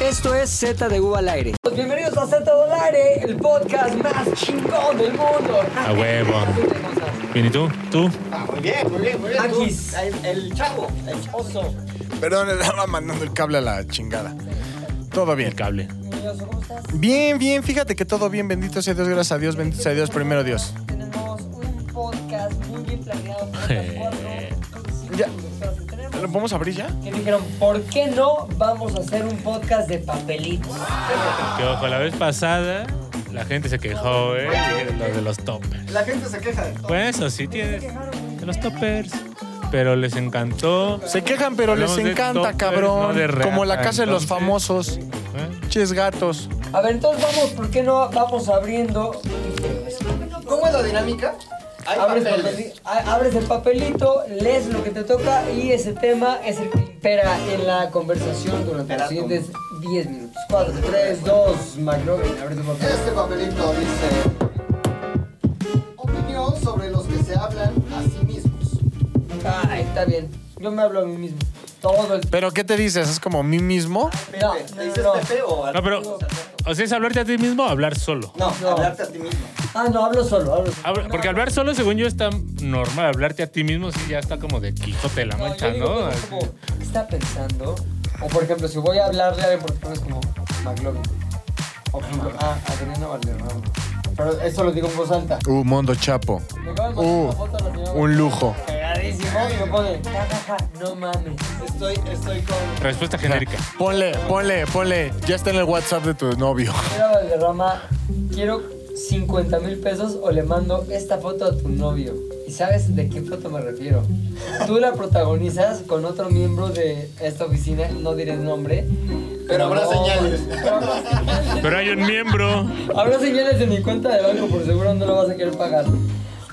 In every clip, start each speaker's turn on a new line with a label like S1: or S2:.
S1: Esto es Z de U al aire. Pues bienvenidos a Z de U al aire, el podcast más chingón del mundo.
S2: A huevo. Bien, ¿y tú? ¿Tú?
S3: Ah, muy bien, muy bien, muy bien. tú.
S1: Maquis.
S3: El, el chavo, el oso.
S4: Perdón, estaba mandando el cable a la chingada. Todo bien.
S2: El cable.
S1: ¿Cómo estás?
S4: Bien, bien, fíjate que todo bien, bendito sea Dios, gracias a Dios, bendito sea Dios, primero Dios.
S1: Tenemos un podcast muy bien planeado.
S2: Eh.
S4: Ya. ¿Lo
S1: Tenemos
S4: podemos abrir ya?
S1: que dijeron, ¿por qué no vamos a hacer un podcast de papelitos?
S2: Que ojo, la vez pasada la gente se quejó, ¿eh? De Los de los toppers.
S3: La gente se queja de todo.
S2: Pues eso sí tienes. De los toppers. Pero les encantó.
S4: Se quejan, pero les
S2: Hablamos de
S4: encanta,
S2: toppers, no
S4: cabrón.
S2: de reata,
S4: Como la casa de los
S2: entonces.
S4: famosos.
S2: ¿eh?
S4: Ches gatos.
S1: A ver, entonces vamos, ¿por qué no vamos abriendo?
S3: ¿Cómo es la dinámica? Hay
S1: Abres,
S3: papeles.
S1: papeli- a- abres el papelito, lees lo que te toca y ese tema es el que impera en la conversación durante los siguientes 10 minutos. 4, 3, 2, McLovin, abre tu papel.
S3: Este papelito dice... Opinión sobre los que se hablan a sí mismos.
S1: Ah, está bien. Yo me hablo a mí mismo. Todo el tiempo.
S4: ¿Pero qué te dices? ¿Es como mí mismo?
S1: No,
S3: Pepe, ¿te
S1: no,
S3: dices
S1: no.
S3: Pepe o
S2: No, pero. O sea, es hablarte a ti mismo o hablar solo.
S3: No,
S1: No.
S3: hablarte a ti mismo.
S1: Ah, no, hablo solo, hablo solo.
S2: Habla- Porque hablar solo, según yo, está normal. Hablarte a ti mismo sí ya está como de Quijote de la
S1: No, yo
S2: Mancha,
S1: digo
S2: ¿no?
S1: que es
S2: Así.
S1: como, ¿qué está pensando? O por ejemplo, si voy a hablarle a alguien por teléfono es como McLovin. O por ejemplo, ah, Adriana Valderrama. Pero eso lo digo en voz alta.
S4: Uh, Mondo Chapo.
S1: Me acaba de mandar
S4: Uh,
S1: una foto a la señora
S4: un lujo.
S1: Cagadísimo y me pone, "Ja, ja, ja, no mames.
S3: Estoy, estoy con...
S2: Respuesta genérica.
S4: Ponle, ponle, ponle. Ya está en el WhatsApp de tu novio.
S1: Mira Valderrama, quiero 50 mil pesos o le mando esta foto a tu novio. ¿Y sabes de qué foto me refiero? Tú la protagonizas con otro miembro de esta oficina, no diré el nombre.
S3: Pero habrá
S1: no,
S3: señales.
S1: pero habrá señales.
S2: Pero hay un miembro.
S1: Habrá señales de mi cuenta de banco, por seguro no la vas a querer pagar.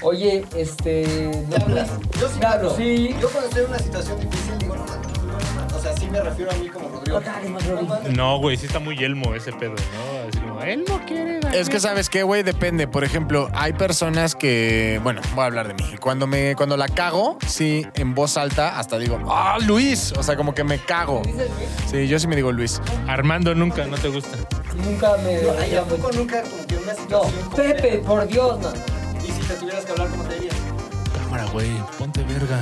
S1: Oye, este.
S3: ¿Te hablas? pues, Yo sí
S1: sí.
S3: me hablo.
S1: sí.
S3: Yo cuando estoy en una situación difícil digo, no, mames, no, mames. O sea, sí me refiero a mí como Rodrigo.
S1: No cagues, más, Rodrigo.
S3: mames.
S2: No, güey, sí está muy elmo ese pedo, ¿no? Así como, él no quiere.
S4: Es que sabes qué, güey, depende. Por ejemplo, hay personas que, bueno, voy a hablar de mí. Cuando me, cuando la cago, sí, en voz alta, hasta digo, ¡ah, Luis! O sea, como que me cago.
S1: Dices
S4: Sí, yo sí me digo Luis.
S2: Armando nunca, no te gusta.
S1: que nunca me.
S3: Ay, ¿a poco nunca como que una
S1: No,
S3: situación completa?
S1: Pepe, por Dios, no.
S3: Y si te tuvieras que hablar, ¿cómo te dirías?
S2: Cámara, güey, ponte verga.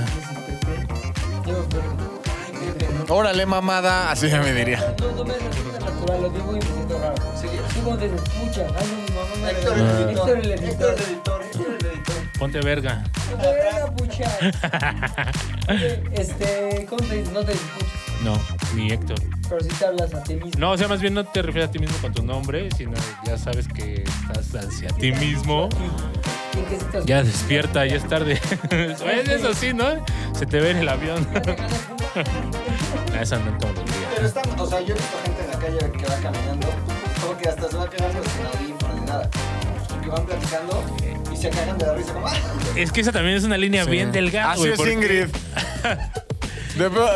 S1: Yo,
S3: Ay, Pepe, no.
S4: Órale, mamada, así ya me diría.
S1: No, no me resulta natural, lo digo y me siento raro.
S3: Sí.
S1: Sí, como te escucha, ay, no, mi mamá me
S3: Héctor
S1: regañó.
S3: el editor.
S1: Héctor el
S3: Héctor
S1: editor.
S3: el editor. Héctor el editor.
S2: Ponte verga.
S1: Me verga, pucha. Oye, Este, ¿cómo te dices? No te escuchas,
S2: No, ni Héctor.
S1: pero si te hablas a ti mismo.
S2: No, o sea, más bien no te refieres a ti mismo con tu nombre, sino ya sabes que estás hacia ti mismo.
S1: ¿En qué situación?
S2: Ya despierta, ya es tarde. Oye, Eso sí, ¿no? Se te ve en el avión.
S1: Te ganas una.
S2: Ah, Eso andan todo el día.
S3: Pero están, o sea, yo he visto gente en la calle que va caminando, como que hasta se va quedando sin audífonos ni nada. Y que van platicando y se cagan de la risa, como, ¡ah!
S2: Es que esa también es una línea bien delgada,
S4: Así
S2: güey.
S4: es,
S2: porque-
S4: Ingrid. De, pro-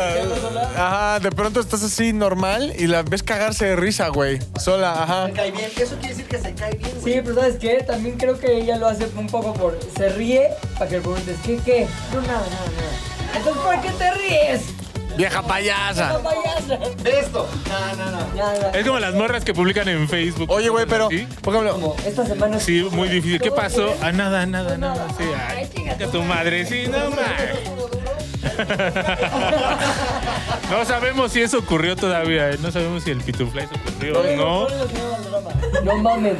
S4: ajá, de pronto estás así normal y la ves cagarse de risa, güey. Sola, ajá.
S3: Se cae bien. Eso quiere decir que se cae bien,
S1: Sí,
S3: güey.
S1: pero ¿sabes qué? También creo que ella lo hace un poco por... Se ríe para que le preguntes, ¿qué, qué? No, nada, nada, nada. Entonces, ¿por qué te ríes?
S4: Vieja
S1: No
S4: payasa.
S1: payasa.
S3: De esto. No, no, no.
S1: Nada.
S2: Es como las morras que publican en Facebook.
S4: Oye, güey, pero,
S2: ¿Sí?
S4: por ejemplo,
S1: Como, esta semana... es-
S2: Sí, muy difícil. ¿Qué
S1: Todo
S2: pasó?
S1: bien.
S2: Ah, nada, nada, nada. Sí, ay,
S1: Ay, chinga
S2: chinga
S1: tu
S2: tu madre, sí, no mames. No sabemos si eso ocurrió todavía. eh. No sabemos si el pituflays ocurrió o no.
S1: No mamen,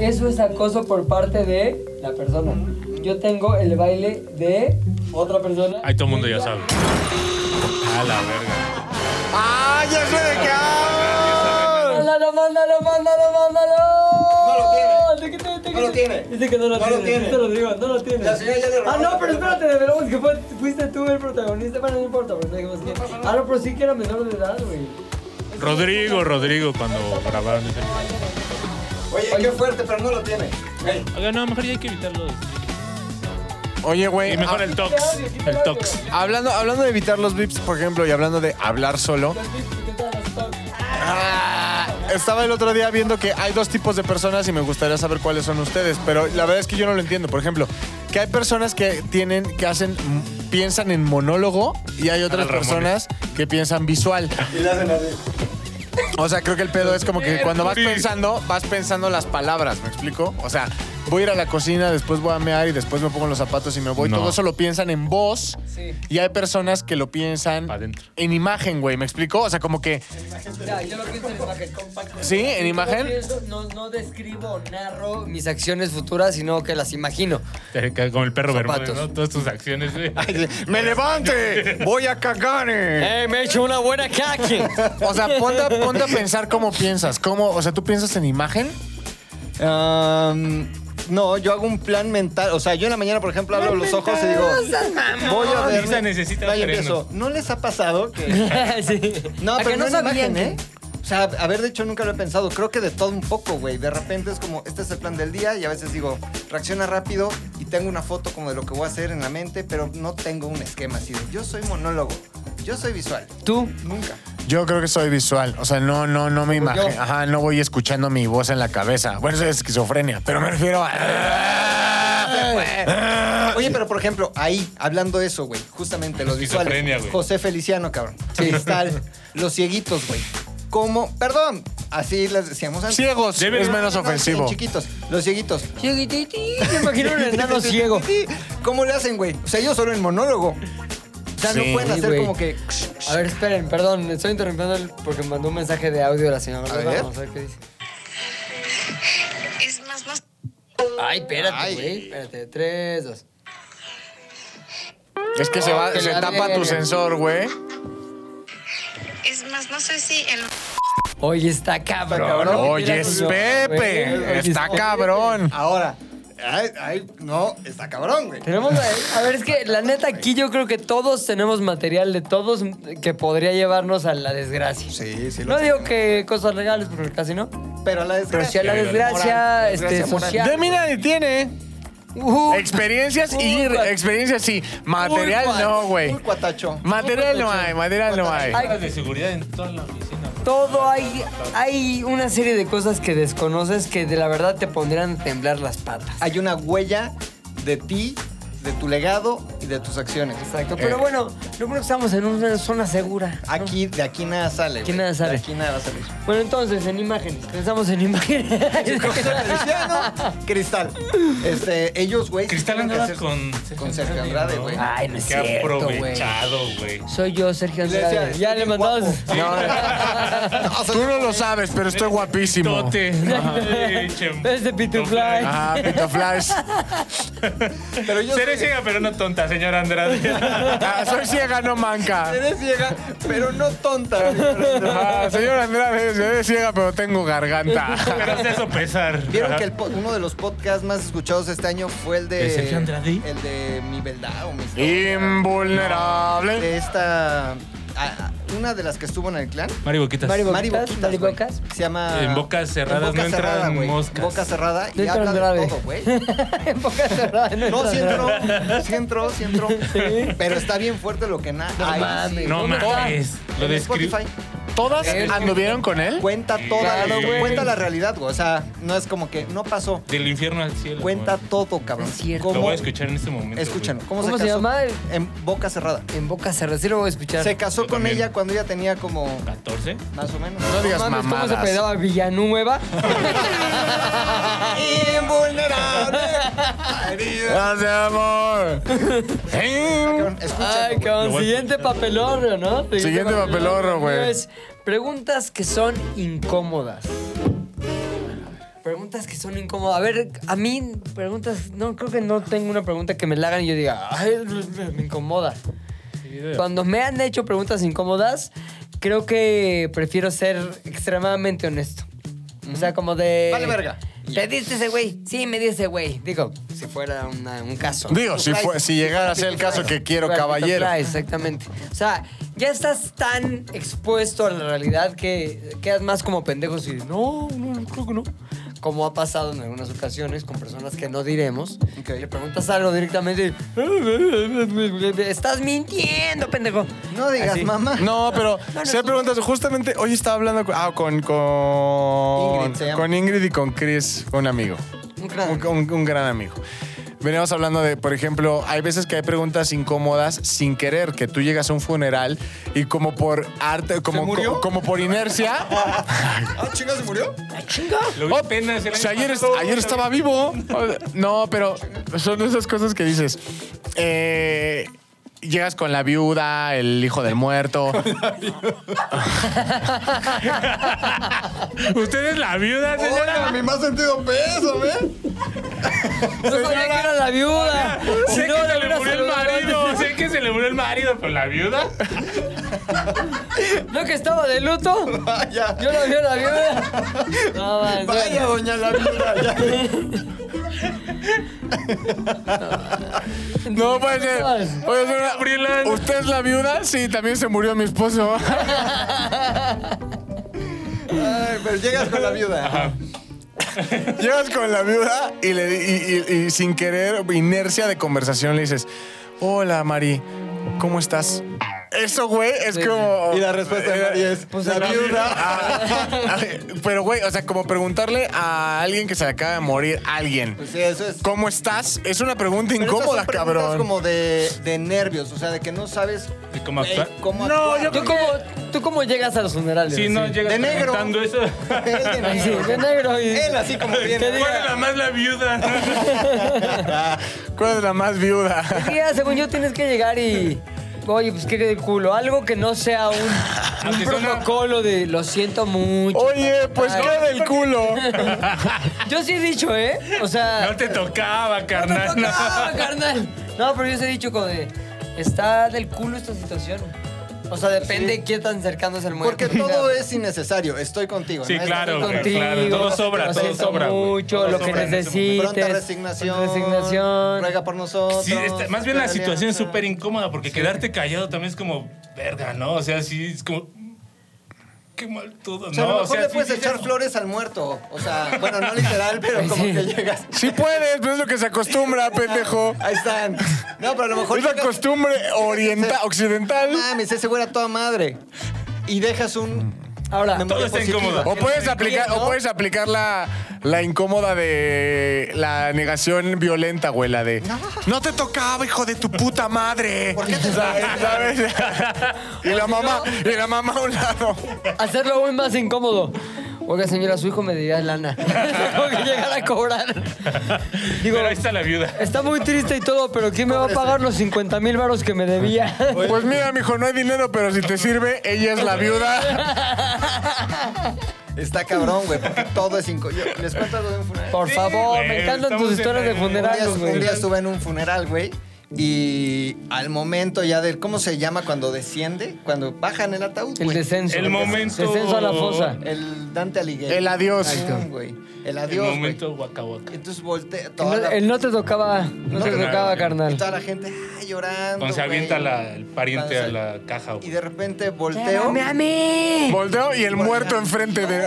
S1: eso es acoso por parte de la persona. Yo tengo el baile de otra persona.
S2: Ahí todo el mundo ya sabe. A la verga.
S4: ¡Ah, ya sé de qué hablo!
S1: Mándalo, mándalo, mándalo, mándalo.
S3: No
S1: lo tiene.
S3: No lo tiene.
S1: Dice que no lo
S3: No
S1: tiene.
S3: lo tiene.
S1: Te lo digo, no lo tiene.
S3: La señora ya le robó.
S1: Ah, no, pero espérate, develamos que fue- fuiste tú el protagonista. Bueno, no importa, pero no dijimos quién. Ah, no, pero sí que era menor de edad, güey.
S2: Rodrigo, Rodrigo, cuando grabaron ese video.
S3: Oye, qué fuerte, pero no lo tiene. Ey,
S2: Oiga, no, mejor ya hay que evitarlo.
S4: Oye, güey.
S2: Y mejor
S4: ah,
S2: el tox. El tox.
S4: Hablando, hablando de evitar los blips, por ejemplo, y hablando de hablar solo, ah, estaba el otro día viendo que hay dos tipos de personas y me gustaría saber cuáles son ustedes, pero la verdad es que yo no lo entiendo. Por ejemplo, que hay personas que tienen, que hacen, piensan en monólogo y hay otras
S2: Ramones.
S4: personas que piensan visual.
S3: Y le hacen así.
S4: O sea, creo que el pedo es como que cuando vas pensando, vas pensando las palabras, ¿me explico? O sea, voy a ir a la cocina, después voy a mear y después me pongo los zapatos y me voy.
S2: No.
S4: Todo eso lo piensan en voz
S1: Sí.
S4: y hay personas que lo piensan
S2: Pa' adentro.
S4: en imagen, güey, ¿me explico? O sea, como que,
S1: Ya, yo lo pienso en imagen.
S4: ¿sí? En
S1: Yo
S4: imagen.
S1: pienso, No, no describo, narro mis acciones futuras, sino que las imagino.
S2: Como el perro
S1: Zapatos.
S2: Bermúdez, ¿no? Todas tus acciones, güey.
S4: ¡Me levante! ¡Voy a cagar! eh!
S1: ¡Eh, me he hecho una buena caque!
S4: O sea, ponte, a- ponte a pensar cómo piensas. Cómo, o sea, ¿tú piensas en imagen?
S5: Am, no, yo hago un plan mental. O sea, yo en la mañana, por ejemplo, abro los ojos y digo. Voy a ver.
S2: Lisa necesita
S5: Ahí
S2: frenos.
S5: empiezo. ¿No les ha pasado que.?
S1: sí.
S5: No,
S1: ¿A
S5: pero
S1: que
S5: no, en
S1: sabían
S5: imagen, ¿eh? O sea, a ver, de hecho nunca lo he pensado. Creo que de todo un poco, güey. De repente es como, este es el plan del día y a veces digo, reacciona rápido y tengo una foto como de lo que voy a hacer en la mente, pero no tengo un esquema así de, yo soy monólogo, yo soy visual.
S1: ¿Tú?
S5: Nunca.
S4: Yo creo que soy visual. O sea, no, no, no me imagino.
S1: yo.
S4: Ajá, no voy escuchando mi voz en la cabeza. Bueno, eso es esquizofrenia, pero me refiero a.
S5: Oye, pero por ejemplo, ahí, hablando de eso, güey, justamente los
S2: Esquizofrenia,
S5: visuales.
S2: güey.
S5: José Feliciano, cabrón. Cristal, los cieguitos, güey. ¿Cómo? Perdón, así les decíamos antes.
S4: Ciegos
S2: Debe-
S4: es menos
S5: No, no,
S4: ofensivo.
S5: Chiquitos, los cieguitos.
S1: Me imagino un enano ciego.
S5: Sí, ¿Cómo le hacen, güey? O sea, ellos solo en monólogo. O sea,
S4: Sí.
S5: no pueden
S1: Sí,
S5: hacer
S1: güey.
S5: como que.
S1: A ver, esperen, perdón, estoy interrumpiendo el- porque me mandó un mensaje de audio la señora.
S5: A ver.
S1: Vamos a ver qué dice.
S6: Es más, más.
S1: Ay, espérate, güey. Espérate, tres, dos.
S4: Es que se, va,
S1: que
S4: se
S1: la
S4: tapa tu
S1: verga.
S4: sensor, güey.
S6: Es más, no sé si en
S1: Oye, está cabrón.
S5: cabrón.
S4: Oye,
S1: Mira,
S4: es
S1: güey.
S4: Pepe.
S1: Oye,
S4: Está
S1: Pepe.
S4: cabrón.
S5: Ahora. Ay, ay, no, está cabrón, güey.
S1: Tenemos, a, a ver, es que la neta aquí yo creo que todos tenemos material de todos que podría llevarnos a la desgracia.
S5: Sí, sí, lo
S1: No digo
S5: tenemos.
S1: que cosas legales, porque casi no.
S5: Pero la
S1: Pero sí a
S5: desgracia.
S1: la desgracia,
S5: moral,
S1: este,
S5: desgracia moral.
S1: social.
S4: De mí nadie tiene.
S1: Ujú.
S4: Experiencias y
S1: Uy, cuat-
S4: experiencias sí. Material
S1: cuat-
S4: no, güey.
S5: Uy, cuatacho.
S4: Material no hay, material no hay.
S1: Ay.
S2: Cámaras de seguridad en toda la oficina. güey.
S1: Todo hay, hay una serie de cosas que desconoces que de la verdad te pondrían a temblar las patas.
S5: Hay una huella de ti, de tu legado y de tus acciones.
S1: Exacto. Pero bueno, lo bueno que estamos en una zona segura. ¿no?
S5: Eh. Aquí, de aquí nada sale.
S1: Aquí
S5: güey.
S1: nada sale.
S5: De aquí nada va a salir.
S1: Bueno, entonces, en imágenes. Pensamos en imágenes.
S5: Feliciano, Cristal. Este, ellos, güey.
S2: Cristal
S5: tienen que
S2: andaba
S5: hacer-
S2: con...
S5: con Sergio Andrade, güey.
S1: Ay, no es
S2: Qué
S1: cierto, güey.
S2: aprovechado, güey.
S1: Soy yo, Sergio
S5: Le
S1: Andrade.
S5: decía,
S1: ya
S5: estoy
S1: le
S5: bien
S1: mandamos.
S5: guapo.
S4: Tú no lo sabes, pero estoy guapísimo.
S2: Tote. Ay, chem-
S1: Desde Pitufly.
S4: Ajá, Pito Flash.
S5: Pero yo
S2: Seré
S5: soy-
S2: ciega, pero no tonta, señora Andrade.
S4: Ah, soy ciega, no manca.
S5: Eres ciega, pero no tonta.
S4: Ah, señor Andrade, se ve ciega, pero tengo garganta.
S2: pero hace eso pesar.
S5: Vieron que el po- uno de los podcasts más escuchados este año fue el de.
S2: ¿De Sergio Andrade?
S5: El de Mi Beldad o Mi Historia.
S4: Invulnerable.
S5: De esta. ah, una de las que estuvo en el clan.
S2: Mari Boquitas.
S1: Mari Bo-
S5: Mari
S1: Boquitas,
S5: Boquitas,
S1: Mari
S5: güey.
S1: Bocas.
S5: Se llama.
S2: En bocas cerradas
S5: En boca
S2: no entran
S5: cerrada, güey.
S2: moscas.
S5: Boca cerrada y
S1: No entra
S5: habla
S1: Andrade.
S5: de todo, güey.
S1: en pocas palabras,
S5: No, sí
S1: entra
S5: entró,
S1: Andrade.
S5: sí entró, sí entró. Pero está bien fuerte lo que nada.
S1: No mames.
S2: No
S1: ¿Dónde
S2: mames. Lo
S5: Lo de
S2: describí.
S5: Spotify
S4: ¿Todas
S1: Es-
S4: anduvieron con él?
S5: cuenta toda,
S1: Claro,
S5: la-
S1: güey.
S5: cuenta la realidad, güey. O sea, no es como que no pasó.
S2: Del infierno al cielo.
S5: Cuenta
S2: güey.
S5: todo, cabrón.
S1: Es cierto.
S2: Lo
S5: ¿Cómo?
S2: voy a escuchar en este momento.
S5: Escúchalo.
S2: güey.
S5: ¿Cómo,
S1: ¿Cómo se
S5: casó?
S1: llama?
S5: En boca cerrada.
S1: En boca cerrada, sí lo voy a escuchar.
S5: Se casó
S2: Yo
S5: con
S2: también.
S5: ella cuando ella tenía como
S2: ¿14?
S5: más o menos.
S4: No digas
S1: Mames, ¿Cómo se
S4: mamadas.
S1: pedaba Villanueva?
S5: Invulnerable.
S4: Gracias, amor.
S5: Cabrón, escúchalo,
S1: Ay,
S5: güey.
S2: Lo
S1: cabrón.
S2: voy a
S1: Siguiente papelorro, ¿no?
S4: Siguiente papelorro, güey.
S1: Es Preguntas que son incómodas. Preguntas que son incómodas. A ver, a mí, preguntas. No, creo que no tengo una pregunta que me la hagan y yo diga, ay, me incomoda. Cuando me han hecho preguntas incómodas, creo que prefiero ser extremadamente honesto. O sea, como de.
S5: Vale verga.
S1: ¿Te diste ese güey? Sí, me di ese güey. Digo, si fuera una- un caso.
S4: Digo, si, fue- si llegara a ser el caso que quiero,
S1: Claro,
S4: caballero.
S1: Peter Price, exactamente. O sea, ya estás tan expuesto a la realidad que quedas más como pendejos y no, no, creo que no. Como ha pasado en algunas ocasiones con personas que no diremos.
S5: Ok.
S1: Le preguntas algo directamente y... Estás mintiendo, pendejo.
S5: No digas
S1: Así.
S5: mamá.
S4: No, pero
S1: No, no,
S4: si hay
S1: tú-
S4: preguntas, justamente hoy estaba hablando con, ah, con, con,
S5: Ingrid se llama.
S4: con Ingrid y con Chris, un amigo.
S1: Un gran-
S4: un, un gran amigo. Me Veníamos hablando de, por ejemplo, hay veces que hay preguntas incómodas sin querer, que tú llegas a un funeral y como por arte, como,
S5: murió?
S4: co- como por inercia.
S5: Ah, chinga, se murió.
S2: Lo vi
S4: Oh,
S2: apenas el
S4: o sea,
S2: año
S4: ayer,
S2: pasado.
S4: ayer estaba vivo. No, pero son esas cosas que dices. Eh, llegas con la viuda, el hijo del muerto.
S2: Usted es la viuda, señora.
S5: mi más sentido peso, ¿eh?
S1: No sabía que era la viuda. Si
S2: Sé
S1: no,
S2: que
S1: la
S2: se le
S1: hubiera
S2: murió el
S1: saludado
S2: marido, sé que se le murió el marido, pero la viuda.
S1: antes. No que estaba de luto.
S5: Vaya.
S1: Yo la vi a la viuda. No, man,
S5: Vaya, doña la viuda. ya.
S4: No pues, eh, puede ser. Oye, señora,
S2: Gabriela.
S4: ¿Usted es la viuda? Sí, también se murió mi esposo.
S5: Ay, pero llegas con la viuda.
S4: Llegas con la viuda y, le, di- y- y- y sin querer, inercia de conversación, le dices, hola Mari, ¿cómo estás? Eso, güey, es
S1: Sí,
S4: como... eh,
S5: Y la respuesta de María es,
S1: Pues
S5: la
S1: la
S5: viuda.
S4: Ah, ah, pero, güey, o sea, como preguntarle a alguien que se le acaba de morir, a alguien,
S5: Pues sí, eso es.
S4: ¿cómo estás? Es una pregunta
S5: Pero esas
S4: incómoda,
S5: son preguntas
S4: cabrón.
S5: como de, de nervios, o sea, de que no sabes
S2: ¿Y cómo
S5: güey,
S2: actuar?
S5: cómo
S2: No,
S5: actuar,
S2: yo
S1: ¿Tú
S5: güey.
S1: cómo, ¿Tú cómo llegas a los funerales?
S2: Si no
S1: Sí.
S2: llegas
S5: De negro.
S2: preguntando eso.
S5: Él de negro.
S1: Sí, de negro y-
S5: Él así como
S1: ¿Qué
S5: viene.
S1: diga?
S2: ¿Cuál es la más la viuda?
S4: ¿Cuál es la más viuda?
S1: Sí, ya, según yo tienes que llegar y. Oye, pues qué del culo. Algo que no sea un, un
S2: Aunque suena-
S1: protocolo de lo siento mucho.
S4: Oye, pues
S1: Ay.
S4: qué del culo.
S1: Yo sí he dicho, ¿eh? O sea.
S2: No te tocaba, carnal.
S1: No,
S2: no.
S1: carnal. No, pero yo sí he dicho como de. Está del culo esta situación. O sea, depende de qué tan cercano es el muerto.
S5: Porque todo es innecesario. Estoy contigo.
S2: Sí,
S5: ¿no? Estoy
S2: claro, güey,
S5: contigo.
S2: claro. Todo sobra,
S1: lo
S2: todo
S1: siento
S2: sobra. güey.
S1: Mucho,
S2: Todo
S1: lo
S2: sobra
S1: que
S2: en ese
S1: necesites.
S5: Pronta resignación.
S1: resignación.
S5: Ruega por nosotros.
S2: Sí, está- más bien la
S5: alianza.
S2: situación es súper incómoda porque quedarte callado también es como, verga, ¿no? O sea, sí, es como, qué mal todo,
S5: O sea, a lo
S2: ¿no?
S5: mejor
S2: O sea,
S5: le
S2: sí
S5: puedes
S2: dices,
S5: echar flores al muerto. O sea, bueno, no literal, pero como
S1: Sí.
S5: que llegas.
S4: Sí puedes, pero es lo que se acostumbra, pendejo.
S5: Ahí están. No, pero a lo mejor.
S4: Es la
S5: llegas-
S4: costumbre oriental, occidental.
S5: Mames, ese güey era toda madre. Y dejas un.
S1: Ahora,
S5: memoria
S2: está
S5: positiva.
S2: incómodo.
S4: O puedes aplicar,
S5: ¿no?
S4: o puedes aplicar la, la incómoda de la negación violenta, güey, la de no. te tocaba, hijo de tu puta madre.
S5: ¿Por qué te-
S4: ¿Sabes? y la mamá, y la mamá a un lado.
S1: hacerlo aún más incómodo. Oiga, señora, su hijo me diría lana. Tengo que llegar a cobrar. Digo,
S2: Pero ahí está la viuda.
S1: está muy triste y todo, pero ¿quién me va a pagar los 50 mil varos que me debía?
S4: Pues mira, mijo, no hay dinero, pero si te sirve, ella es la viuda.
S5: Está cabrón, güey, porque todo es incómodo. Les cuento algo de un funeral.
S1: Por
S2: Sí,
S1: favor,
S2: güey,
S1: me encantan
S2: estamos
S1: tus historias
S2: en-
S1: de
S5: Un día,
S1: funerales,
S5: un
S1: güey.
S5: día estuve en un funeral, güey. Y al momento ya del. ¿Cómo se llama cuando desciende? Cuando bajan el ataúd.
S1: El
S5: güey.
S1: descenso.
S2: El momento-
S1: Descenso a la fosa.
S5: El Dante Alighieri.
S4: El adiós.
S5: Ay, no, güey. El
S2: El
S5: adiós. güey.
S2: momento guacahuaca.
S5: Entonces voltea.
S1: El
S5: Toda
S1: no,
S5: la,
S1: el no te tocaba, no,
S5: No
S1: te
S5: te-
S1: tocaba,
S5: y
S1: carnal.
S5: toda la gente ah, llorando.
S2: Cuando se
S5: güey.
S2: avienta la- el pariente a
S5: Cuando se-
S2: la caja.
S5: Y
S2: güey.
S5: de repente volteo.
S4: Volteo y el muerto enfrente de,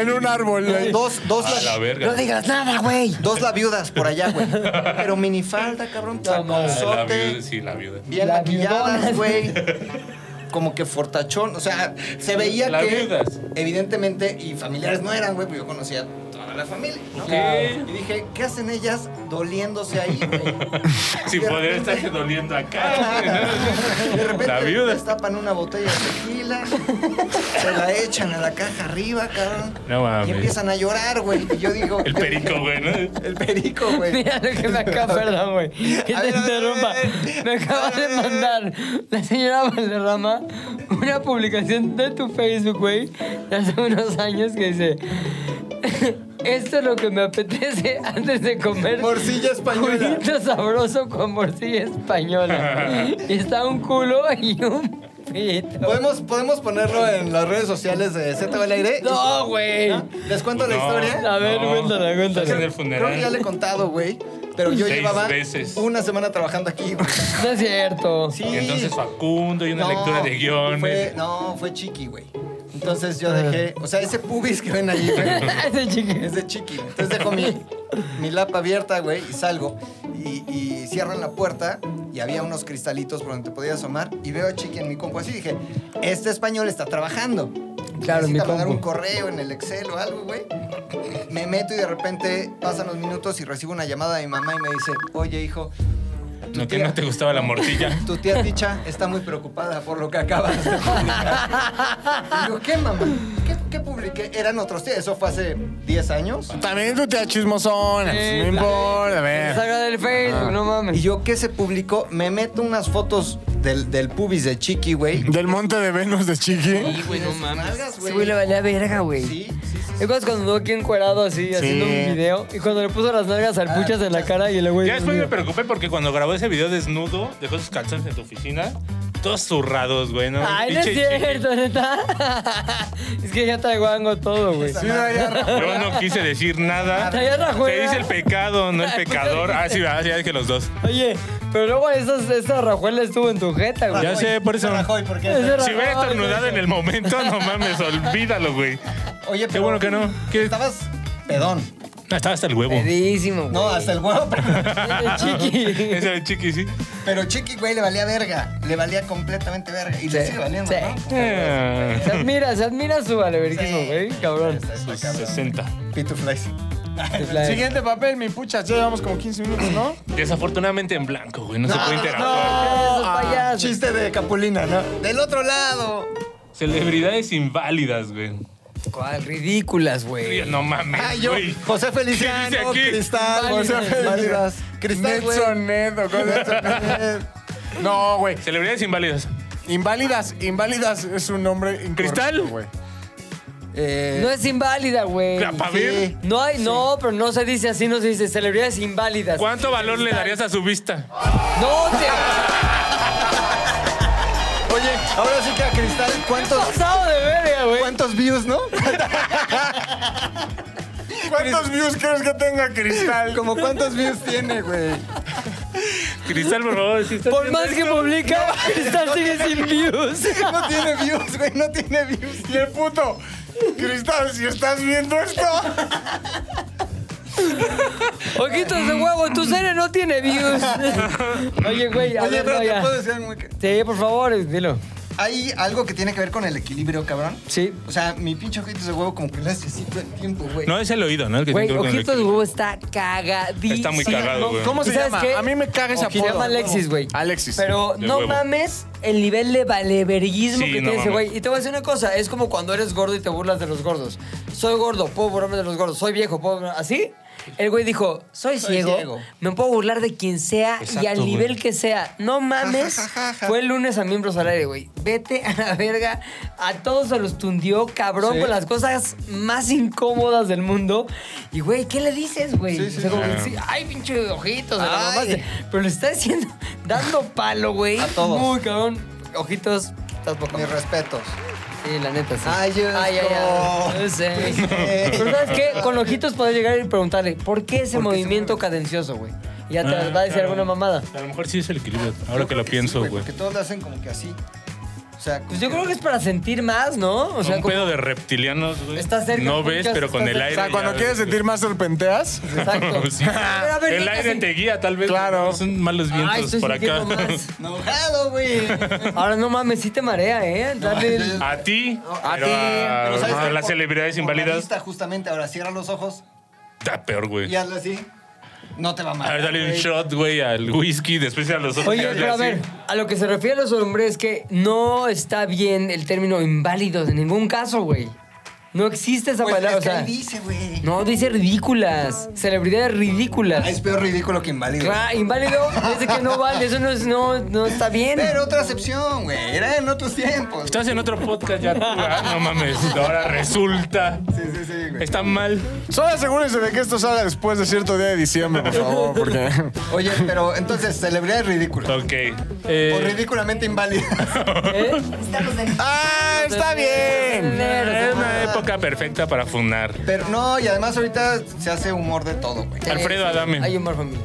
S4: en un árbol.
S5: Dos, dos,
S2: A la verga.
S1: digas nada, güey.
S5: dos labiudas por allá, güey. Pero minifalda, cabrón.
S1: mames.
S2: Ah, la viuda,
S5: taconzote.
S2: sí, la viuda.
S5: Bien
S1: La viudona.
S5: maquilladas, güey. Como que fortachón, o sea, se veía
S2: Las
S5: que
S2: viudas.
S5: evidentemente y familiares no eran, güey, pero yo conocía a toda la familia. ¿no?
S2: Ok.
S5: Y dije, ¿qué hacen ellas doliéndose ahí, güey?
S2: Si podría estarse doliendo acá.
S5: De repente
S2: La viuda.
S5: destapan una botella de tequila, se la echan a la caja arriba, cabrón.
S2: No mames.
S5: Y empiezan a llorar, güey. Y yo digo,
S2: El perico, güey, ¿no?
S5: el perico, güey.
S1: Mira lo que me acaba, perdón, güey. Que
S5: A
S1: te
S5: ver, a ver,
S1: interrumpa.
S5: a ver.
S1: Me acaba de mandar la señora Valderrama una publicación de tu Facebook, güey, de hace unos años que dice: Esto es lo que me apetece antes de comer.
S5: Morcilla española.
S1: Culito sabroso con morcilla española. Y está un culo y un pito.
S5: ¿Podemos, podemos ponerlo en las redes sociales de ZB al aire.
S1: No, güey.
S5: ¿No? ¿Les cuento la
S2: No.
S5: historia?
S1: A ver, cuéntala, cuéntala.
S2: Estás en el
S5: Creo que ya le
S2: funeral.
S5: he contado, güey. Pero yo
S2: Seis
S5: llevaba
S2: veces.
S5: una semana trabajando aquí. güey.
S1: No es cierto.
S5: Sí.
S2: Y entonces Facundo y una
S5: No,
S2: lectura de
S5: fue-
S2: guiones. Ah.
S5: no, fue chiqui, güey. Entonces yo dejé. O sea, ese pubis que ven allí, güey.
S1: Ese chiquito.
S5: Es de chiqui. Entonces dejo mi, mi lapa abierta, güey, y salgo. Y, y cierran la puerta y había unos cristalitos por donde te podías asomar. Y veo a chiqui en mi compu así. Dije, este español está trabajando.
S1: Claro, en mi
S5: necesita mandar un
S1: compu.
S5: correo en el Excel o algo, güey. Me meto y de repente pasan los minutos y recibo una llamada de mi mamá y me dice, oye, hijo, tu
S2: No, que
S5: tía-
S2: no te gustaba la mortilla.
S5: tu tía Ticha está muy preocupada por lo que acabas de publicar. Y digo, ¿qué, mamá? ¿Qué, qué publiqué? Eran otros tías. Eso fue hace 10 años.
S4: También tú te das chismosona. pues,
S1: Sí,
S4: no importa, a ver.
S1: Salga del Facebook, no
S5: Y
S1: mames.
S5: yo, ¿qué se publicó? Me meto unas fotos del, del pubis de Chiqui, güey.
S4: Del monte de Venus de Chiqui.
S7: Sí, güey, no mames.
S5: Nalgas,
S1: Sí, güey, le valía verga, güey.
S5: Sí, sí, sí.
S1: ¿Te acuerdas cuando andó aquí encuerado así, haciendo un video? Y cuando le puso las nalgas al puchas en la cara y el güey...
S2: Ya después me preocupé porque cuando grabó ese video desnudo, dejó sus calzones en tu oficina, todos zurrados, güey, ¿no?
S1: Ay, Ah, no es
S2: Pinche chiqui.
S1: cierto, neta. es que ya traigo algo todo, güey.
S4: Sí, no, ya.
S2: Yo no quise decir nada.
S1: Traía la
S2: Se
S1: juega.
S2: dice el pecado, no el pecador. Ah, sí, ah, sí, ya dije los dos.
S1: Oye, pero luego esas, esa rajuela estuvo en tu jeta, güey.
S2: Ya sé, por eso.
S5: Rajoy, ¿por qué?
S1: Ese
S2: Si hubiera
S1: Rajoy,
S2: estornudado
S1: güey.
S2: en el momento, no mames, olvídalo, güey.
S5: Oye, pero...
S2: Qué bueno que no. ¿Qué?
S5: Estabas pedón.
S2: Ah, estaba hasta el huevo.
S1: Pedísimo, güey.
S5: No, hasta el huevo. pero-
S1: Chiqui.
S2: Ese chiqui, sí.
S5: Pero Chiqui, güey, le valía verga. Le valía completamente verga. Y le sigue valiendo,
S1: Sí.
S2: Ah,
S5: ¿no?
S1: Se admira, se admira su valeverguismo,
S5: Sí.
S1: güey. Cabrón.
S5: Está- está cabrón.
S2: 60.
S5: Pituflies.
S4: Siguiente papel, mi pucha. Ya llevamos como 15 minutos, ¿no?
S2: Desafortunadamente en blanco, güey. No, se puede interactuar.
S1: ¡Ah, Esos payasos.
S5: Chiste de Capulina, ¿no? Del otro lado.
S2: Celebridades inválidas, güey.
S1: ¿Cuál? Ridículas, güey.
S2: No mames,
S5: Ah, yo.
S2: güey.
S5: José
S2: ¿Qué dice
S5: Feliciano,
S2: aquí?
S5: Cristal,
S1: Válidas.
S5: José Feliciano. Cristal, güey.
S4: Nelson Ned o cosas. No, güey.
S2: Celebridades inválidas.
S4: Inválidas, inválidas es un nombre. incorrecto,
S2: ¿Cristal?
S4: güey.
S5: Eh,
S1: No es inválida, güey.
S2: Claro, pa' ver.
S1: No hay, no, pero no se dice así, no se dice celebridades inválidas.
S2: ¿Cuánto valor le darías a su vista?
S1: No te
S5: Oye, ahora sí que a Cristal, ¿cuántos,
S1: pasado de verga, güey.
S5: cuántos views, no?
S4: ¿Cuántos views crees que tenga Cristal?
S5: Como cuántos views tiene, güey.
S2: Cristal, por favor, si estás
S1: Por
S2: viendo
S1: más que
S2: esto,
S1: publica, Cristal sigue sin views.
S5: No tiene views, güey, no tiene views.
S4: Y el puto. Cristal, si estás viendo esto.
S1: Ojitos de huevo, tu serie no tiene views. Oye, güey, a
S5: Oye,
S1: ver,
S5: pero
S1: no,
S5: te
S1: ya.
S5: puedo decir algo muy que-
S1: Sí, por favor, dilo.
S5: Hay algo que tiene que ver con el equilibrio, cabrón.
S1: Sí.
S5: O sea, mi pinche ojito de huevo como que le hace así todo el tiempo, güey.
S2: No, es el oído, ¿no? El que
S1: Güey,
S2: tiene que ver con el
S1: ojitos de
S2: equilibrio.
S1: huevo está cagadísimo.
S2: Está muy cagado, güey.
S4: ¿Cómo
S1: ¿Y
S4: se
S1: sabes
S4: llama?
S1: qué?
S4: A mí me caga ese
S1: Se
S4: apodo.
S1: llama Alexis, güey.
S4: Alexis.
S1: Pero
S2: De
S1: no
S2: huevo.
S1: mames el nivel de valeverguismo
S2: Sí,
S1: que
S2: no
S1: tiene ese
S2: mames.
S1: güey. Y te voy a decir una cosa, es como cuando eres gordo y te burlas de los gordos. Soy gordo, puedo burlarme de los gordos. Soy viejo, puedo... burlarme- ¿Así? El güey dijo, soy,
S5: Soy
S1: ciego,
S5: ciego.
S1: me puedo burlar de quien sea y
S2: Exacto,
S1: al
S2: güey.
S1: nivel que sea. No mames.
S5: Ja, ja, ja, ja.
S1: Fue el lunes a miembros al aire, güey. Vete a la verga. A todos se los tundió, cabrón,
S5: Sí.
S1: con las cosas más incómodas del mundo. Y, güey, ¿qué le dices, güey?
S5: Sí, sí,
S1: O sea, como
S2: sí.
S1: que sí, Ay, pinche ojitos, de la
S5: Ay.
S1: mamaste. Pero le está diciendo, dando palo, güey.
S5: A todos.
S1: Muy cabrón. Ojitos, estás poco.
S5: Mis respetos.
S1: Sí, la neta, sí.
S5: Ay, yo- Pues,
S1: ay, ay, ay. No sé. Pero ¿sabes qué? Con ojitos podés llegar y preguntarle, ¿por qué ese movimiento cadencioso, güey? Y Ya te
S2: Ah,
S1: va a decir
S2: claro.
S1: alguna mamada.
S2: A lo mejor sí es el equilibrio, ahora que lo pienso, güey.
S5: Porque todos lo hacen como que así. O sea,
S1: Pues yo creo que es para sentir más, ¿no? O sea,
S2: un
S1: como-
S2: pedo de reptilianos, güey.
S1: Está cerca,
S2: No
S1: porque
S2: ves,
S1: ya
S2: pero
S1: está
S2: con el
S1: cerca.
S2: aire.
S4: o sea, cuando
S2: ya
S4: quieres
S2: ves,
S4: sentir más serpenteas.
S1: exacto.
S2: güey. Sí.
S1: Pero a ver,
S2: el
S1: neta,
S2: aire
S1: sí.
S2: te guía, tal vez.
S4: Claro.
S2: No Son malos vientos
S1: Ay, estoy
S2: por acá.
S1: sintiendo más.
S5: No, jalo, güey.
S1: Ahora no mames, sí te marea, ¿eh? Dale. el-
S2: A ti,
S5: A
S2: pero
S5: ti,
S2: a,
S5: pero ¿sabes
S2: a
S5: qué?
S2: Ah, las
S5: Por-
S2: celebridades
S5: por la
S2: inválidas
S5: vista, justamente, ahora cierra los ojos
S2: está peor, güey.
S5: y hazle así. No te va mal.
S2: A ver, dale un shot, güey, al whisky, después a los otros.
S1: Oye, pero a ver, a lo que se refiere a los hombres es que no está bien el término inválidos en ningún caso, güey. No existe esa
S5: Pues,
S1: palabra,
S5: es que
S1: o sea.
S5: ahí dice, güey.
S1: No, dice ridículas. Celebridades
S5: Ah, Es
S1: ridículas.
S5: peor ridículo que inválido.
S1: Claro, inválido es de que no vale, eso no, es, no, no está bien.
S5: Pero otra excepción, güey. Era en otros tiempos.
S2: Estás en otro podcast ya, tú, ah, No mames, ahora resulta.
S5: Sí, sí, sí, güey.
S2: Está mal.
S4: Solo asegúrense de que esto salga después de cierto día de diciembre, por favor, porque.
S5: Oye, pero entonces, celebridad ridícula.
S2: Ok.
S5: O
S2: Eh,
S5: ridículamente inválida.
S1: ¿Eh?
S4: ¡Ah, está bien!
S2: es una época perfecta para funar.
S5: Pero no, y además ahorita se hace humor de todo, güey.
S2: Alfredo Adame.
S1: Hay humor familiar.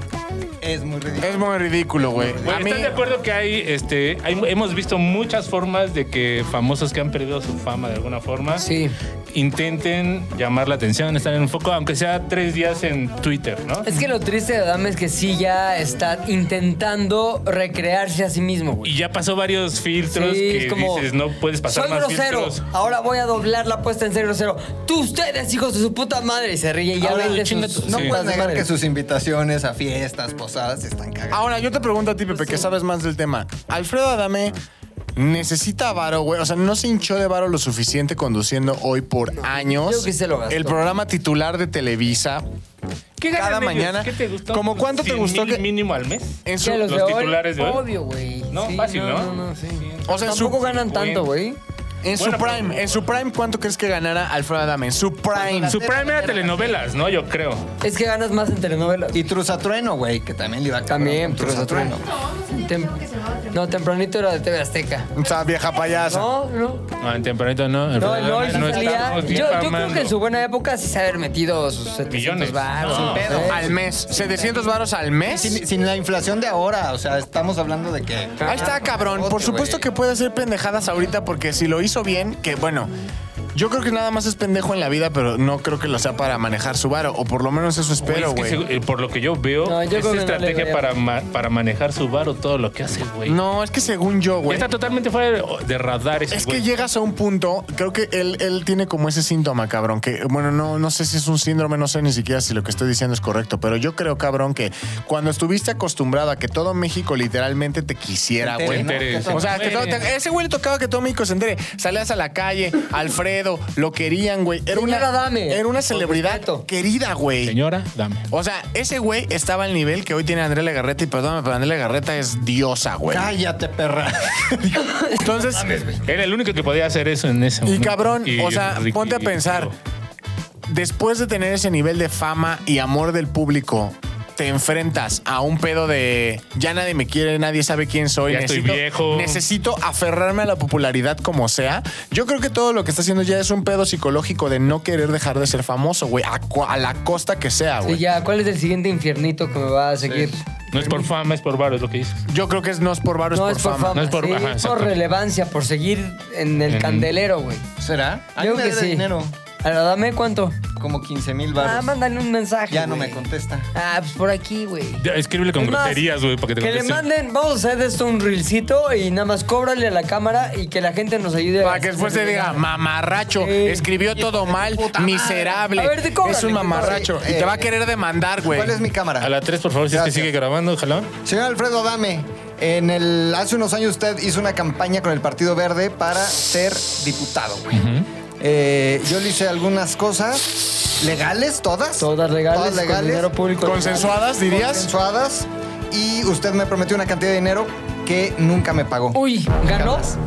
S5: Es muy ridículo.
S4: Es muy ridículo, güey. A
S2: Güey,
S4: mí,
S2: ¿Están de acuerdo que hay, este, hay- hemos visto muchas formas de que famosos que han perdido su fama de alguna forma
S1: Sí.
S2: intenten llamar la atención, estar en foco, aunque sea tres días en Twitter, ¿no?
S1: Es que lo triste de Adam es que sí ya está intentando recrearse a sí mismo, güey.
S2: Y ya pasó varios filtros
S1: Sí,
S2: que
S1: es como,
S2: dices, no puedes pasar
S1: soy
S2: más
S1: grosero.
S2: filtros.
S1: Ahora voy a doblar la puesta en ser grosero. Tú ustedes, hijos de su puta madre. Y se ríe y ya
S2: Ahora,
S1: vende
S2: chinga
S1: sus-
S2: tu-
S5: No
S2: Sí.
S5: puedes
S1: putas
S5: negar
S1: madres.
S5: que sus invitaciones a fiestas, posadas están cagadas.
S4: Ahora, yo te pregunto a ti, Pepe, que sabes más del tema. Alfredo Adame necesita varo, güey. O sea, no se hinchó de varo lo suficiente conduciendo hoy por años.
S1: Yo que se lo gastó.
S4: El programa titular de Televisa.
S2: ¿Qué ganan
S4: Cada
S2: ellos?
S4: mañana-
S2: ¿Qué te gustó?
S4: ¿Cómo cuánto te
S2: 100
S4: gustó
S2: Pues, mil
S4: que-
S2: mínimo al mes?
S4: En su-
S1: Que los,
S2: los
S1: de hoy,
S2: titulares de hoy.
S1: Obvio, güey.
S2: No,
S1: Sí,
S2: fácil, ¿no?
S1: No, no, sí.
S4: o sea, en su,
S1: Tampoco ganan tanto, güey.
S4: en su
S2: Buena
S4: prime.
S2: pregunta.
S4: En su prime, ¿cuánto crees que ganara Alfredo Adame? En su prime.
S2: Su prime era telenovelas, ¿no? Yo creo.
S1: Es que ganas más en telenovelas.
S5: Y Truzatrueno, güey, que también le iba a cabrón
S1: También,
S5: con
S1: Truzatrueno. Tem- No, tempranito era de TV Azteca.
S4: O sea, vieja payasa.
S1: No, no.
S2: No, en tempranito no.
S1: No, el LOL sí
S2: No
S1: salía.
S2: estamos
S1: Yo,
S2: bien
S1: yo creo
S2: farmando.
S1: que en su buena época sí se haber metido sus 700
S2: Millones.
S1: baros.
S2: No. ah,
S1: sin pedo.
S4: Al mes. 700 varos al mes.
S5: Sin, sin la inflación de ahora, o sea, estamos hablando de que.
S4: Ahí está, cabrón. Por
S5: Ote,
S4: supuesto
S5: güey.
S4: que puede hacer pendejadas ahorita porque si lo hizo bien, que bueno, yo creo que nada más es pendejo en la vida, pero no creo que lo sea para manejar su varo, o por lo menos eso
S2: Güey,
S4: espero,
S2: es que
S4: güey.
S2: se- eh, por lo que yo veo,
S1: No, yo
S2: es
S1: creo que no le
S2: estrategia
S1: veo.
S2: para, ma- para manejar su varo todo lo que hace, güey.
S4: No, es que según yo,
S2: Ya
S4: güey.
S2: está totalmente fuera de, de radar ese
S4: Es que
S2: güey.
S4: llegas a un punto, creo que él, él tiene como ese síntoma, cabrón, que bueno, no, no sé si es un síndrome, no sé ni siquiera si lo que estoy diciendo es correcto, pero yo creo, cabrón, que cuando estuviste acostumbrado a que todo México literalmente te quisiera,
S5: Te
S4: güey.
S5: entere,
S2: ¿no? Que todo-
S4: O sea, que todo-
S2: Muere.
S4: ese güey le tocaba que todo México se entere. Salías a la calle, Alfredo, lo querían, güey. Era una,
S1: Señora, dame.
S4: era una
S1: Con
S4: celebridad
S1: respeto.
S4: querida, güey.
S2: Señora, dame.
S4: O sea, ese güey estaba al nivel que hoy tiene Andrea Legarreta y perdóname, pero Andrea Legarreta es diosa, güey.
S5: Cállate, perra.
S4: Entonces,
S2: Era el único que podía hacer eso en ese
S4: Y
S2: momento.
S4: cabrón,
S2: Y
S4: o sea,
S2: Ricky-
S4: ponte a pensar. Después de tener ese nivel de fama y amor del público, te enfrentas a un pedo de ya nadie me quiere, nadie sabe quién soy.
S2: Ya estoy viejo.
S4: Necesito aferrarme a la popularidad como sea. Yo creo que todo lo que está haciendo ya es un pedo psicológico de no querer dejar de ser famoso, güey, a, cua- a la costa que sea,
S1: Sí,
S4: güey.
S1: ya, ¿cuál es el siguiente infiernito que me va a seguir?
S2: No es por fama, es por varo, es lo que dices.
S4: Yo creo que es no es por varo,
S1: No
S4: es por, fama.
S2: No es por-
S1: sí,
S2: ajá,
S1: por
S2: exacto.
S1: relevancia, por seguir en el
S2: En-
S1: candelero, güey.
S5: ¿Será? A mí
S1: Yo
S5: me
S1: que
S5: debe
S1: sí.
S5: dinero,
S1: Ahora, dame cuánto.
S5: como 15 mil
S1: Ah,
S5: baros.
S1: mándale un mensaje.
S5: ya no
S1: güey.
S5: me contesta.
S1: Ah, pues por aquí, güey.
S2: Ya, Escríbele con
S1: Es más,
S2: groserías, güey, para que te
S1: Que le
S2: contesten.
S1: manden, vamos a hacer de esto un reelcito y nada más cóbrale a la cámara y que la gente nos ayude.
S4: Para
S1: a-
S4: que después te diga, mamarracho,
S1: Sí.
S4: escribió todo mal, miserable.
S1: A ver, te cobran,
S4: es un
S1: güey,
S4: mamarracho.
S5: cobran.
S4: Y te va a querer demandar, güey.
S5: ¿Cuál es mi cámara?
S2: A la 3, por favor, si es que
S5: Gracias.
S2: sigue grabando, ojalá.
S5: Señor Alfredo Dame, en el, hace unos años usted hizo una campaña con el Partido Verde para ser diputado, güey. Eh, yo le hice algunas cosas legales, todas.
S1: Todas legales,
S5: Todas
S1: Con
S5: legales.
S1: dinero público.
S4: ¿Consensuadas, dirías?
S5: consensuadas, Y usted me prometió una cantidad de dinero que nunca me pagó.
S1: Uy, ¿ganó?
S5: Jamás.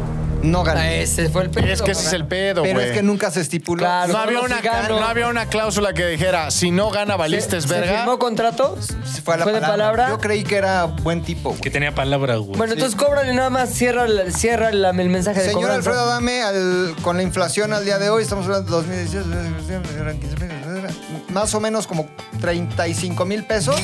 S5: No
S1: Ah,
S5: gané.
S1: Ese fue el pedo.
S4: Es que ese es el pedo,
S5: Pero
S4: güey.
S5: es que nunca se estipuló.
S1: Claro.
S4: no,
S1: solo
S4: había
S1: si
S4: una,
S1: gano.
S4: no había una cláusula que dijera, si no gana, valiste,
S1: ¿Se- se
S4: verga.
S1: firmó contrato?
S5: Fue, a la
S1: de palabra.
S5: Yo creí que era buen tipo. güey.
S2: Que tenía palabra, güey.
S1: Bueno, entonces cóbrale nada más, cierra, la- cierra la- el mensaje de
S5: Eh, Señor
S1: cobranza.
S5: Alfredo Dame, con la inflación al día de hoy, estamos hablando de 2018, 2015, más o menos como 35 mil pesos.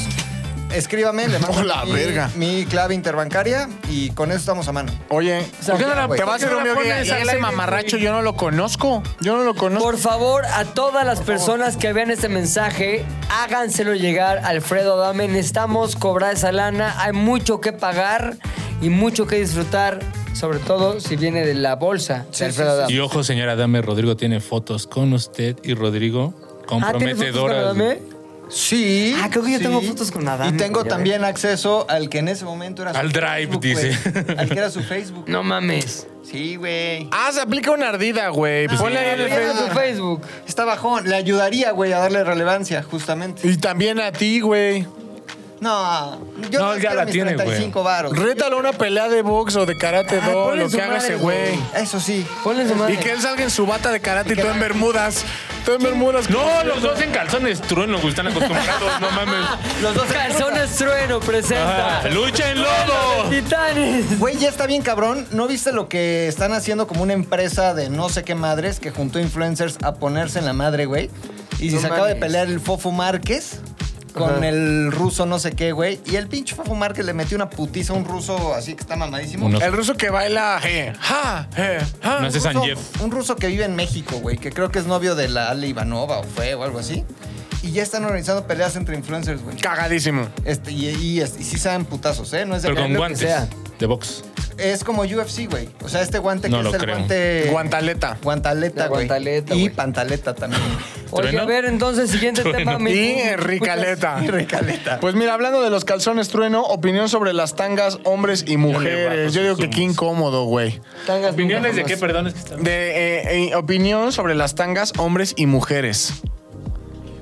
S5: Escríbame, le mando
S4: Hola,
S5: mi,
S4: verga.
S5: mi clave interbancaria y con eso estamos a mano.
S4: Oye,
S1: sea,
S4: ¿por qué no la-
S5: güey.
S4: te vas
S2: ¿Por
S4: a
S2: qué no la
S4: reunir que
S2: pones al
S4: ese
S2: aire,
S4: mamarracho
S2: güey?
S4: yo no lo conozco. Yo no lo conozco.
S1: Por favor, a todas las personas que vean este mensaje, háganselo llegar a Alfredo Adame. Necesitamos cobrar esa lana. Hay mucho que pagar y mucho que disfrutar, sobre todo si viene de la bolsa de Alfredo Adame.
S2: Y ojo, señora Dame, Rodrigo tiene fotos con usted y Rodrigo
S1: Ah, ¿tienes fotos con
S2: comprometedoras.
S1: Adame?
S2: güey.
S5: Sí.
S1: Ah, creo que yo
S5: sí.
S1: tengo fotos con Adame,
S5: Y tengo
S1: güey, a
S5: también acceso al que en ese momento era
S2: Al Drive,
S5: güey.
S2: dice.
S5: Al que era su Facebook.
S1: No mames.
S5: Sí, güey.
S4: Ah, se aplica una ardida, güey. Ponle ahí en el
S1: Mira
S4: Facebook.
S1: tu Facebook.
S5: Está bajón. Le ayudaría, güey, a darle relevancia, justamente.
S4: Y también a ti, güey.
S5: No, yo
S2: No, ya
S5: quiero
S2: la
S5: mis
S2: tiene, güey.
S5: 35 varos.
S4: Rétalo una pelea de box o de karate
S1: Ah,
S4: 2,
S1: ponle
S4: lo
S1: su
S4: que haga
S1: madre,
S4: ese güey.
S5: Eso sí.
S1: Ponle su madre.
S4: Y que él salga en su bata de karate y tú en bermudas. Tú en bermudas.
S2: No, Oh, los dos en calzones trueno, güey, están acostumbrados, no mames.
S1: Los dos calzones trueno presenta.
S2: Ah, ¡Lucha en lodo!
S1: Titanes.
S5: Güey, ya está bien cabrón. ¿No viste lo que están haciendo como una empresa de no sé qué madres que juntó influencers a ponerse en la madre, güey? Y
S1: No
S5: se acaba de
S1: mames.
S5: pelear el Fofo Márquez con
S4: Ajá.
S5: el ruso no sé qué, güey. Y el pinche Fafo Márquez le metió una putiza a un ruso así que está mamadísimo.
S2: Uno-
S4: El ruso que baila. je, ja, je, ja.
S2: No
S5: Un
S2: hace San
S5: ruso-
S2: Jeff.
S5: Un ruso que vive en México, güey, que creo que es novio de la Ale Ivanova o fue o algo así. Y ya están organizando peleas entre influencers, güey.
S4: Cagadísimo.
S5: Este, y, y, y sí saben putazos, ¿eh? No es de
S2: Pero
S5: acá,
S2: con
S5: lo que
S2: guantes
S5: sea.
S2: de box.
S5: Es como UFC, güey. O sea, este guante
S2: No
S5: que
S2: lo
S5: es el
S2: creo.
S5: guante.
S4: Guantaleta.
S5: Guantaleta,
S1: La
S5: güey.
S1: guantaleta,
S5: Y
S1: güey.
S5: pantaleta también.
S1: Oye,
S2: ¿Trueno?
S1: a ver, entonces, siguiente tema. mi-
S4: Y Ricaleta.
S5: Recaleta.
S4: Pues mira, hablando de los calzones trueno, opinión sobre las tangas hombres y mujeres.
S2: bajo
S4: Yo digo
S2: sus
S4: que qué
S2: humos.
S4: incómodo, güey.
S1: Tangas
S2: ¿Opiniones de
S1: nunca jamás.
S2: qué? Perdón, es que está...
S4: De eh, eh, opinión sobre las tangas hombres y mujeres.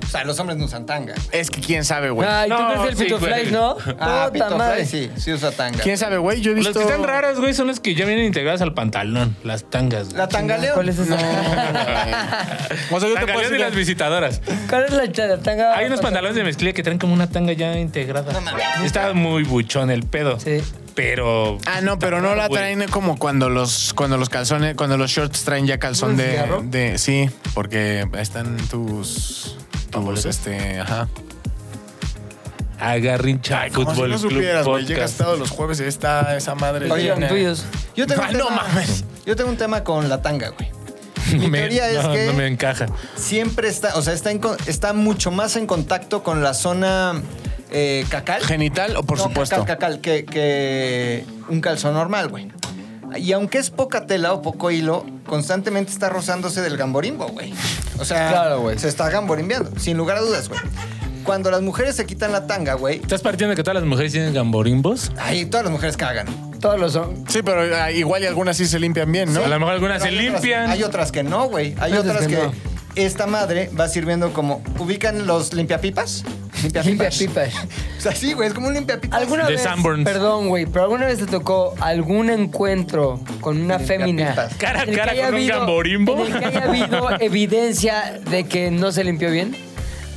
S5: O sea, los hombres no usan tanga.
S4: Es que quién sabe, güey.
S1: Ay, tú
S2: No,
S1: crees el
S2: sí,
S1: Pito
S2: güey.
S1: Fly, ¿no?
S5: Ah,
S1: Puta
S5: Pito
S1: madre.
S5: Fly, sí, sí usa tanga.
S4: ¿Quién sabe, güey? Yo he visto.
S2: Las que están raras, güey, son las que ya vienen integradas al pantalón. Las tangas.
S5: La tangaleo.
S1: ¿Cuál es esa?
S4: O sea, yo te puedo
S2: Tangaleón y
S4: decir
S2: las
S4: que-
S2: visitadoras.
S1: ¿Cuál es la chata? Tanga.
S2: Hay unos pantalones de mezclilla que traen como una tanga ya integrada.
S5: No mames.
S2: Está muy buchón el pedo.
S1: Sí.
S2: Pero.
S4: Ah, no, pero no la
S2: güey.
S4: traen como cuando los, cuando los calzones, cuando los shorts traen ya calzón
S1: ¿Un
S4: de,
S1: cigarro?
S4: de- Sí, porque están tus. Tus, este, ajá.
S2: Agarrincha
S4: Como si
S2: Fútbol
S4: no
S2: Club
S4: supieras, güey. Llegas
S2: Podcast.
S4: todos los jueves y está esa madre.
S5: Oye,
S4: llena.
S1: Son tuyos.
S5: Yo tengo,
S4: Ah,
S5: un
S4: no
S5: tema,
S4: mames.
S5: yo tengo un tema con la tanga, güey. Mi
S2: Me-
S5: teoría es
S2: no,
S5: que
S2: no me encaja.
S5: siempre está, o sea, está, en con- está mucho más en contacto con la zona eh, cacal.
S4: Genital o por
S5: No,
S4: supuesto.
S5: Cacal, cacal, que, que un calzón normal, güey. Y aunque es poca tela o poco hilo, constantemente está rozándose del gamborimbo, güey. O sea,
S1: Claro, güey.
S5: se está gamborimbeando, sin lugar a dudas, güey. Cuando las mujeres se quitan la tanga, güey,
S2: ¿Estás partiendo de que todas las mujeres tienen gamborimbos?
S5: ahí todas las mujeres cagan.
S1: Todos los son.
S4: Sí, pero ah, igual y algunas sí se limpian bien, ¿no?
S2: A lo mejor algunas
S5: Pero
S2: se
S5: hay otras-
S2: limpian.
S5: hay otras que no, güey. Hay
S1: Dices
S5: otras
S1: que
S5: que,
S1: no.
S5: esta madre va sirviendo como. ¿Ubican los limpiapipas? Limpiapipas.
S1: Limpia pipas.
S5: O sea, sí, güey, es como un limpiapipas.
S1: ¿Alguna
S2: De
S1: vez,
S2: Sanborns.
S1: perdón, güey, pero alguna vez te tocó algún encuentro con una fémina.
S5: pipas.
S2: Cara a
S1: en el que
S2: cara
S1: haya
S2: con un gamborimbo.
S1: en el que haya habido evidencia de que no se limpió bien.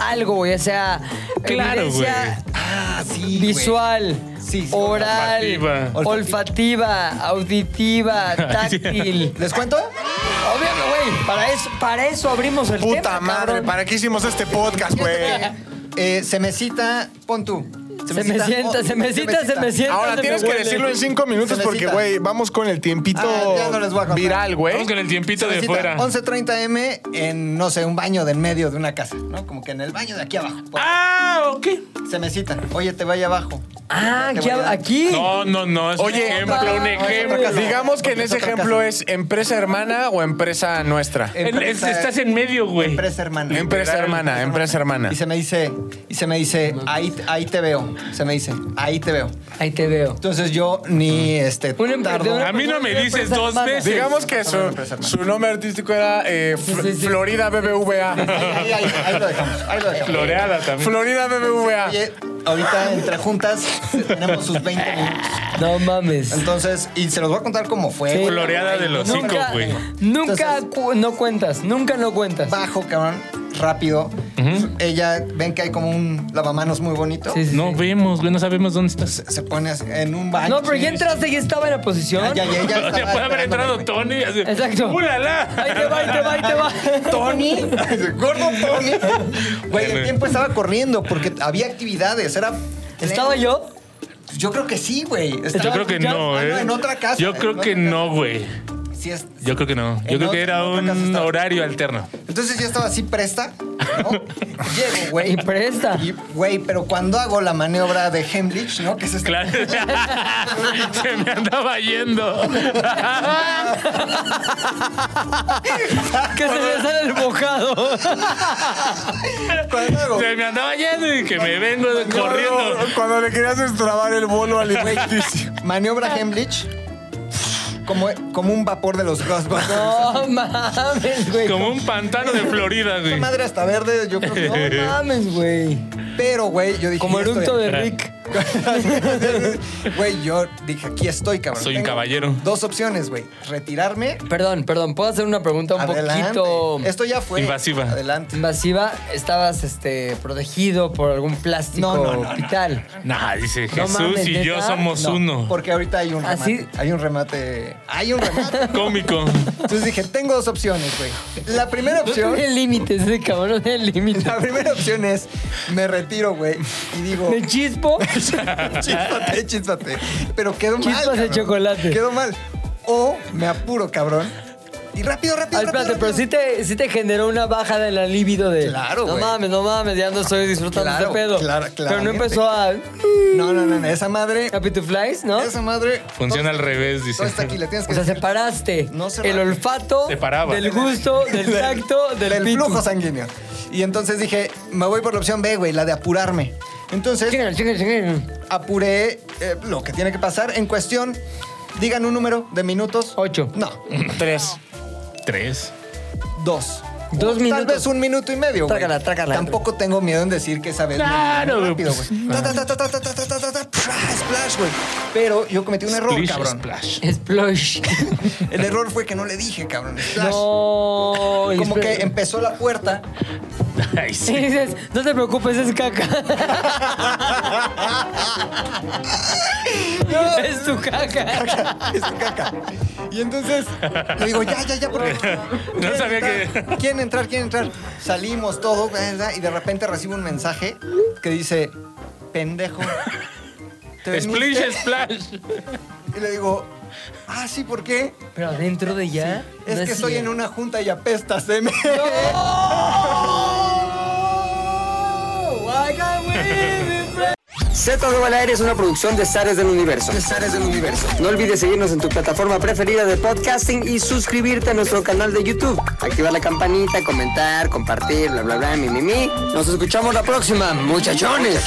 S1: Algo, güey, o sea,
S2: Claro,
S1: evidencia
S5: Ah, sí. güey.
S1: visual,
S5: Sí, sí.
S1: oral,
S2: Olfativa.
S1: olfativa, auditiva, táctil.
S5: ¿Les cuento?
S1: Obviamente, güey, para eso, para eso abrimos el tema,
S4: Puta madre,
S1: cabrón.
S4: ¿para qué hicimos este podcast, güey?
S5: Eh, se me cita, pon tú.
S1: Se me sienta,
S5: oh,
S1: se me sienta, se me sienta.
S4: Ahora
S1: se me
S4: tienes que
S1: huele.
S4: decirlo en cinco minutos
S5: Se
S4: porque,
S5: necesita.
S4: güey, vamos con el tiempito
S5: Ah, ya no les voy a contar.
S4: viral, güey.
S2: Vamos con el tiempito
S5: Se me
S2: de
S5: cita
S2: fuera.
S5: 11.30 M en, no sé, un baño de en medio de una casa, ¿no? Como que en el baño de aquí abajo. Por-
S2: Ah, ok.
S5: Se me citan. Oye, te vaya abajo.
S1: Ah,
S5: Te
S1: aquí.
S5: voy a-
S1: aquí.
S2: No, no, no. Es
S4: Oye,
S2: un ejemplo, un
S1: no, es otra
S2: ejemplo.
S5: casa.
S4: Digamos que en
S5: Porque es
S4: ese
S5: otra
S4: ejemplo
S5: casa.
S4: es empresa hermana o empresa nuestra.
S5: Eh,
S2: En- es- estás en medio, güey.
S5: Empresa hermana.
S4: Empresa hermana, empresa hermana.
S5: Y se me dice, y se me dice, ahí, ahí te veo. Se me dice, ahí te veo.
S1: Ahí te veo.
S5: Entonces yo ni este.
S1: Un em- de una
S2: A mí no me
S1: persona,
S2: dices
S1: una
S2: dos
S1: persona.
S2: veces.
S4: Digamos que
S5: una
S4: su,
S5: empresa hermana.
S4: su nombre artístico era eh, Fl-
S1: Sí, sí, sí.
S4: Florida BBVA.
S5: Ahí, ahí, ahí, ahí lo dejamos. Ahí lo dejamos.
S2: Floreada también.
S4: Florida BBVA.
S5: Oye, ahorita entre juntas tenemos sus 20 minutos.
S1: No mames.
S5: Entonces, y se los voy a contar cómo fue.
S1: Sí.
S2: Floreada de los cinco,
S1: Nunca,
S2: güey.
S1: nunca
S5: Entonces-
S1: cu- no cuentas, nunca no cuentas.
S5: Bajo, cabrón, rápido. Ella, ven que hay como un lavamanos muy bonito.
S1: Sí, sí,
S2: No
S1: sí.
S2: vemos, güey, no sabemos dónde estás.
S5: Se pone así, en un baño.
S1: No, pero ya entraste y estaba en la posición.
S5: Ya, ya, ya, ya
S2: Ya
S5: estaba
S2: puede haber
S5: esperándome,
S2: entrado
S5: güey.
S2: Tony. y así,
S1: Exacto. Ahí te va,
S2: ¡Ulala!
S1: ahí te va, ahí te va.
S5: Tony, gordo Tony. Güey,
S2: Bueno.
S5: el tiempo estaba corriendo porque había actividades. Era.
S1: ¿Estaba yo?
S5: Yo creo que sí, güey. Estaba-
S2: Yo creo que no,
S5: Ah,
S2: ¿eh?
S5: en otra casa.
S2: Yo creo
S5: en
S2: que
S5: otra
S2: no, güey.
S5: casa. Sí es-
S2: Yo creo que no. Yo
S5: En
S2: creo que
S5: otra-
S2: era
S5: en otra casa
S2: un
S5: estaba.
S2: horario alterno.
S5: Entonces yo estaba así presta, ¿no? Llego, güey.
S1: Y presta.
S5: Y, Güey, pero cuando hago la maniobra de Hemlich, ¿no? Que es este-
S2: Claro. Se me andaba yendo.
S1: Que se le sale el bocado.
S5: Cuando hago,
S2: Se me andaba yendo y que me vengo corriendo.
S4: Cuando, cuando le querías extrabar el bolo al alimenticio.
S5: maniobra Hemlich, como, como un vapor de los Ghostbusters.
S1: No mames, güey.
S2: Como un pantano de Florida,
S5: Esa
S2: güey.
S5: madre hasta verde, yo creo que no.
S1: No mames, güey.
S5: Pero, güey, yo dije...
S1: Como
S5: "Ya estoy
S1: eructo de
S5: aquí".
S1: Rick.
S5: Güey, yo dije, aquí estoy, cabrón.
S2: Soy un
S5: Tengo
S2: caballero.
S5: Dos opciones, güey. Retirarme.
S1: Perdón, perdón, ¿puedo hacer una pregunta un
S5: adelante.
S1: poquito
S5: Esto ya fue.
S2: Invasiva.
S5: Adelante.
S1: invasiva? ¿Estabas este, protegido por algún plástico
S5: No, no, no, no.
S1: vital?
S2: Nah, dice
S1: No
S2: Jesús
S1: mames,
S2: y yo
S1: ¿neta?
S2: somos
S5: No,
S2: uno.
S5: Porque ahorita hay un
S1: ¿Ah,
S5: remate.
S1: sí?
S5: Hay un remate. Hay un remate.
S2: Cómico.
S5: Entonces dije, tengo dos opciones, güey. La primera
S1: No
S5: opción.
S1: tiene límites, ese cabrón no tiene límites.
S5: La primera opción es, me retiro, güey. Y digo,
S1: ¿Me chispo? Ah,
S5: chíspate, chíspate. Pero quedó mal.
S1: Chispas de
S5: cabrón.
S1: chocolate.
S5: Quedó mal. O me apuro, cabrón. Y rápido, rápido.
S1: Ay, espérate,
S5: rápido,
S1: pero
S5: rápido.
S1: sí te, sí te generó una baja de la libido de...
S5: Claro,
S1: No
S5: güey.
S1: mames, no mames, ya no estoy disfrutando
S5: Claro,
S1: este pedo.
S5: claro,
S1: Pero no
S5: claramente.
S1: empezó a...
S5: No, no, no, no, Esa madre.
S1: Happy to Flies, ¿no?
S5: Esa madre.
S2: Funciona al revés, dice.
S5: Todo está aquí, le tienes que
S1: O sea,
S5: decir
S1: separaste
S5: No se
S1: el
S5: va.
S1: olfato
S2: Separaba.
S1: del gusto, del tacto, del,
S5: del
S1: pitu.
S5: flujo sanguíneo. Y entonces dije, me voy por la opción B, güey, la de apurarme. Entonces,
S1: Chinguen, chinguen, chinguen.
S5: apuré eh, lo que tiene que pasar en cuestión. Digan un número de minutos.
S1: Ocho.
S5: No,
S4: Tres.
S2: Tres.
S5: dos.
S1: Dos
S5: Tal
S1: minutos.
S5: vez un minuto y medio, güey.
S1: Trácala, trácala.
S5: Tampoco tengo miedo en decir que esa vez. me
S2: Claro,
S5: fui
S2: güey,
S5: rápido,
S2: pues,
S5: güey. Ta, ta, ta, ta, ta, ta, ta, ta, ta, ta, pra, Splash, güey. Pero yo cometí un error,
S2: Splish,
S5: cabrón.
S2: splash.
S1: Splosh.
S5: El error fue que no le dije, cabrón. Splash.
S1: No.
S5: Como que
S1: y
S5: empezó la puerta.
S2: Ay, sí.
S1: dices, no te preocupes, es caca. es tu caca.
S5: Es tu caca. Y entonces le digo, ya, ya, ya, porque.
S2: No sabía que.
S5: entrar, ¿Quién entrar? ¿Quién entrar? Salimos todo, ¿verdad? y de repente recibo un mensaje que dice, pendejo. ¿te viniste?"
S2: Splish, splash.
S5: Y le digo, ah, sí, ¿por qué?
S1: Pero adentro de ya.
S5: Es
S1: no
S5: que estoy en
S1: cierto.
S5: una junta y apestas, ¿eh?
S7: Z2 Aire es una producción de Zares del Universo. del Universo. No olvides seguirnos en tu plataforma preferida de podcasting y suscribirte a nuestro canal de YouTube. Activar la campanita, comentar, compartir, bla, bla, bla, mi, mi, mi. Nos escuchamos la próxima, muchachones.